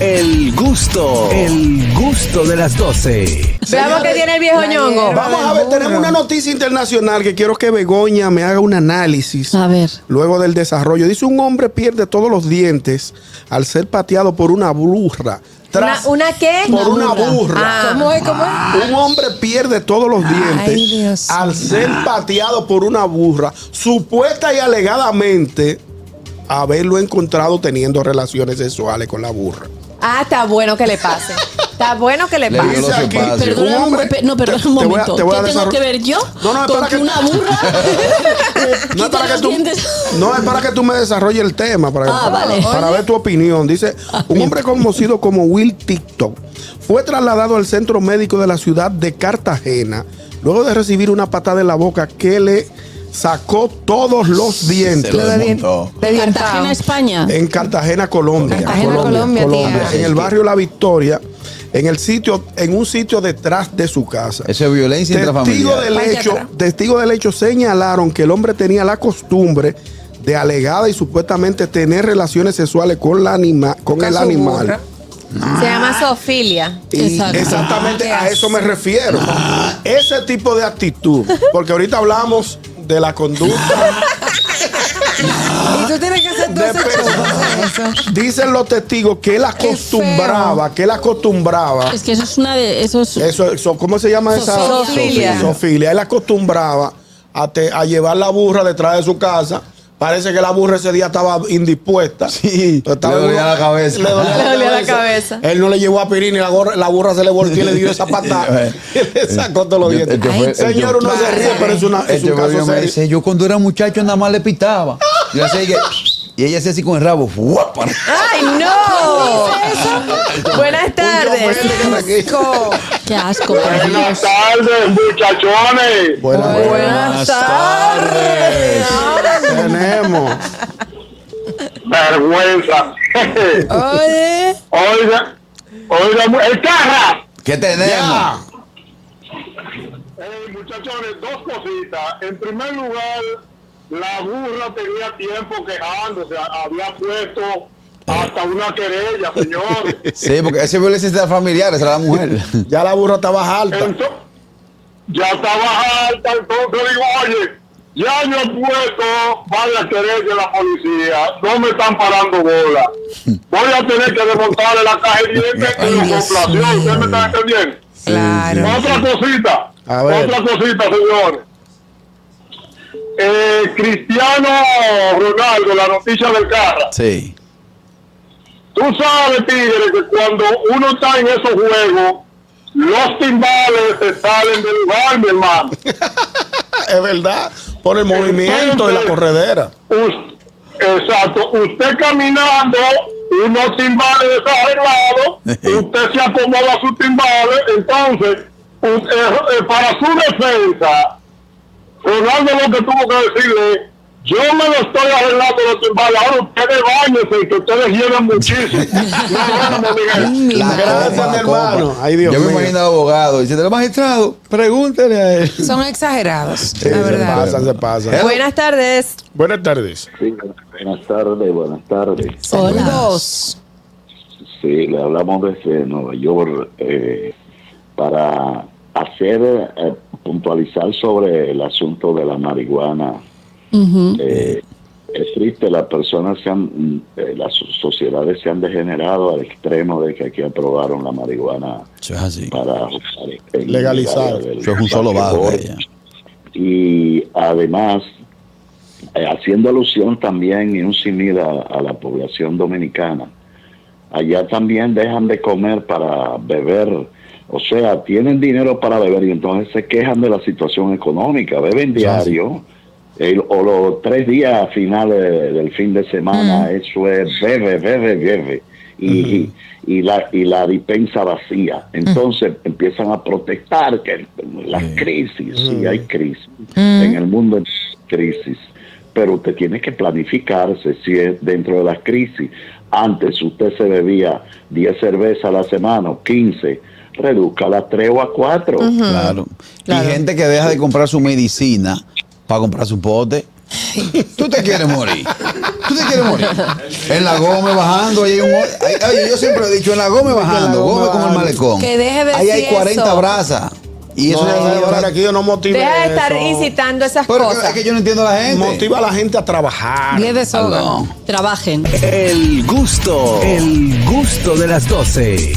El gusto, el gusto de las 12. Veamos qué tiene el viejo ñongo. Vamos a ver, tenemos una noticia internacional que quiero que Begoña me haga un análisis. A ver. Luego del desarrollo, dice un hombre pierde todos los dientes al ser pateado por una burra. ¿Una, Tras- una qué? Por una burra. Ah. ¿Cómo es? ¿Cómo es? Un hombre pierde todos los dientes Dios al ser pateado por una burra, supuesta y alegadamente haberlo encontrado teniendo relaciones sexuales con la burra. Ah, está bueno que le pase. Está bueno que le Le pase. violó su aquí, espacio. pero- Perdona, Un hombre- pe- no, perdona te- un te voy a- momento. te voy a ¿Qué tengo desarroll- que ver yo No, no, con espera que que- una burra No quita es, para que los tú, dientes? no es para que tú me desarrolles el tema, para, que- Ah, vale. Ah, para ver tu opinión. Dice, un hombre conocido como Will TikTok fue trasladado al centro médico de la ciudad de Cartagena luego de recibir una patada en la boca que le sacó todos los dientes. Se lo Está bien- desmontó. está bien estado. Cartagena, España. En Cartagena, Colombia. Ah. Cartagena, Colombia, tía. En el barrio La Victoria, en el sitio, en un sitio detrás de su casa. Eso es violencia Testigo intrafamiliar. del, Vaya hecho, atrás. testigo del hecho señalaron que el hombre tenía la costumbre de alegada y supuestamente tener relaciones sexuales con, la anima, con Con el su animal. burra. Se llama Sofilia. Ah. Y Exacto. exactamente Ah, a qué eso me refiero. Ah. Ese tipo de actitud. Porque ahorita hablamos de la conducta. Y tú tienes que hacer de personas. Dicen los testigos que él acostumbraba, que él acostumbraba. Es que eso es una de esos. Eso, eso- ¿Cómo se llama esa? Sofilia. Sofilia. Él acostumbraba a, te- a llevar la burra detrás de su casa. Parece que la burra ese día estaba indispuesta. Sí, Entonces, estaba le dolía uno- la cabeza. Le dolía, Le dolía la cabeza. Él no le llevó a Pirini, la, gorra- la burra se le volteó y le dio esa patada. y le sacó todos los Eh, Yo- dientes. yo fue- yo- Señor, uno se ríe, pero es, una, es Este un caso gobierno me serio. dice, yo cuando era muchacho nada más le pitaba. Y, le hacía que- y ella hacía así con el rabo. ¡Guapa! ¡Ay, no! Buenas tardes. Yo fui el que- Qué asco. por eh, Dios. Buenas tardes, muchachones. Buenas, Buenas tardes. Tenemos. Vergüenza. Oye. oiga, oiga, mu- el carra. ¿Qué tenemos? Eh, muchachones, dos cositas. En primer lugar, la burra tenía tiempo quejándose. Había puesto hasta una querella, señor. Sí, porque esa es violencia intrafamiliar, esa es la mujer. Ya la burra estaba alta. Entonces, ya estaba alta, entonces digo, oye, ya yo he puesto varias querellas de la policía, no me están parando bola. Voy a tener que desmontarle la caja de dientes Ay, y la Dios complación, ¿ustedes me mío. están entendiendo? Claro. Otra cosita, A ver. otra cosita, señores. Eh, Cristiano Ronaldo, la noticia del carro. Sí. Tú sabes, Tigre, que cuando uno está en esos juegos, los timbales se salen del lugar, mi hermano. Es verdad. Por el movimiento de la corredera. Us- exacto. Usted caminando, unos timbales desarreglados, usted se acomoda a sus timbales. Entonces, u- eh, eh, para su defensa, Ronaldo lo que tuvo que decirle, yo me lo estoy arreglando los timbales, ahora ustedes váyanse, que ustedes lleven muchísimo. No, no, Miguel. Gracias, Ah, copa, la hermano. copa. Ay, Dios Yo me mío. imagino al abogado diciendo, magistrado, pregúntele a él. Son exagerados. Sí, se pasan, se pasan. Buenas tardes. Buenas tardes. Sí, buenas tardes, buenas tardes. Hola. Dos. Sí, le hablamos desde Nueva York eh, para hacer, eh, puntualizar sobre el asunto de la marihuana. Eh, es triste, las personas se han, eh, las sociedades se han degenerado al extremo de que aquí aprobaron la marihuana Eso es así. para este en- Legalizar. del- Eso es un solo bajo de ella. y además eh, haciendo alusión también y un símil a, a la población dominicana. Allá también dejan de comer para beber, o sea, tienen dinero para beber y entonces se quejan de la situación económica, beben diario. el- o los tres días finales de- del fin de semana, eso es bebe, bebe, bebe. Y, y, la, y la dispensa vacía. Entonces empiezan a protestar que las crisis, sí hay crisis. En el mundo hay crisis. Pero usted tiene que planificarse si es dentro de las crisis. Antes usted se bebía 10 cervezas a la semana o 15, reduzca las 3 o a 4. Mm, Claro. Y gente que deja de comprar su medicina para comprar su pote. Tú te quieres morir. ¿Tú te quieres morir? En la Gómez bajando, ahí hay un... ahí- oye, yo siempre he dicho, en la Gómez bajando, Gómez como el malecón. Que deje de Ahí hay decir 40 eso. brasas. Y eso No, es no, para que yo no motive Deja de estar eso. incitando esas Pero es que- cosas. es que yo no entiendo a la gente. Motiva a la gente a trabajar. Les desahogan. Aló. Trabajen. El gusto, el gusto de las 12.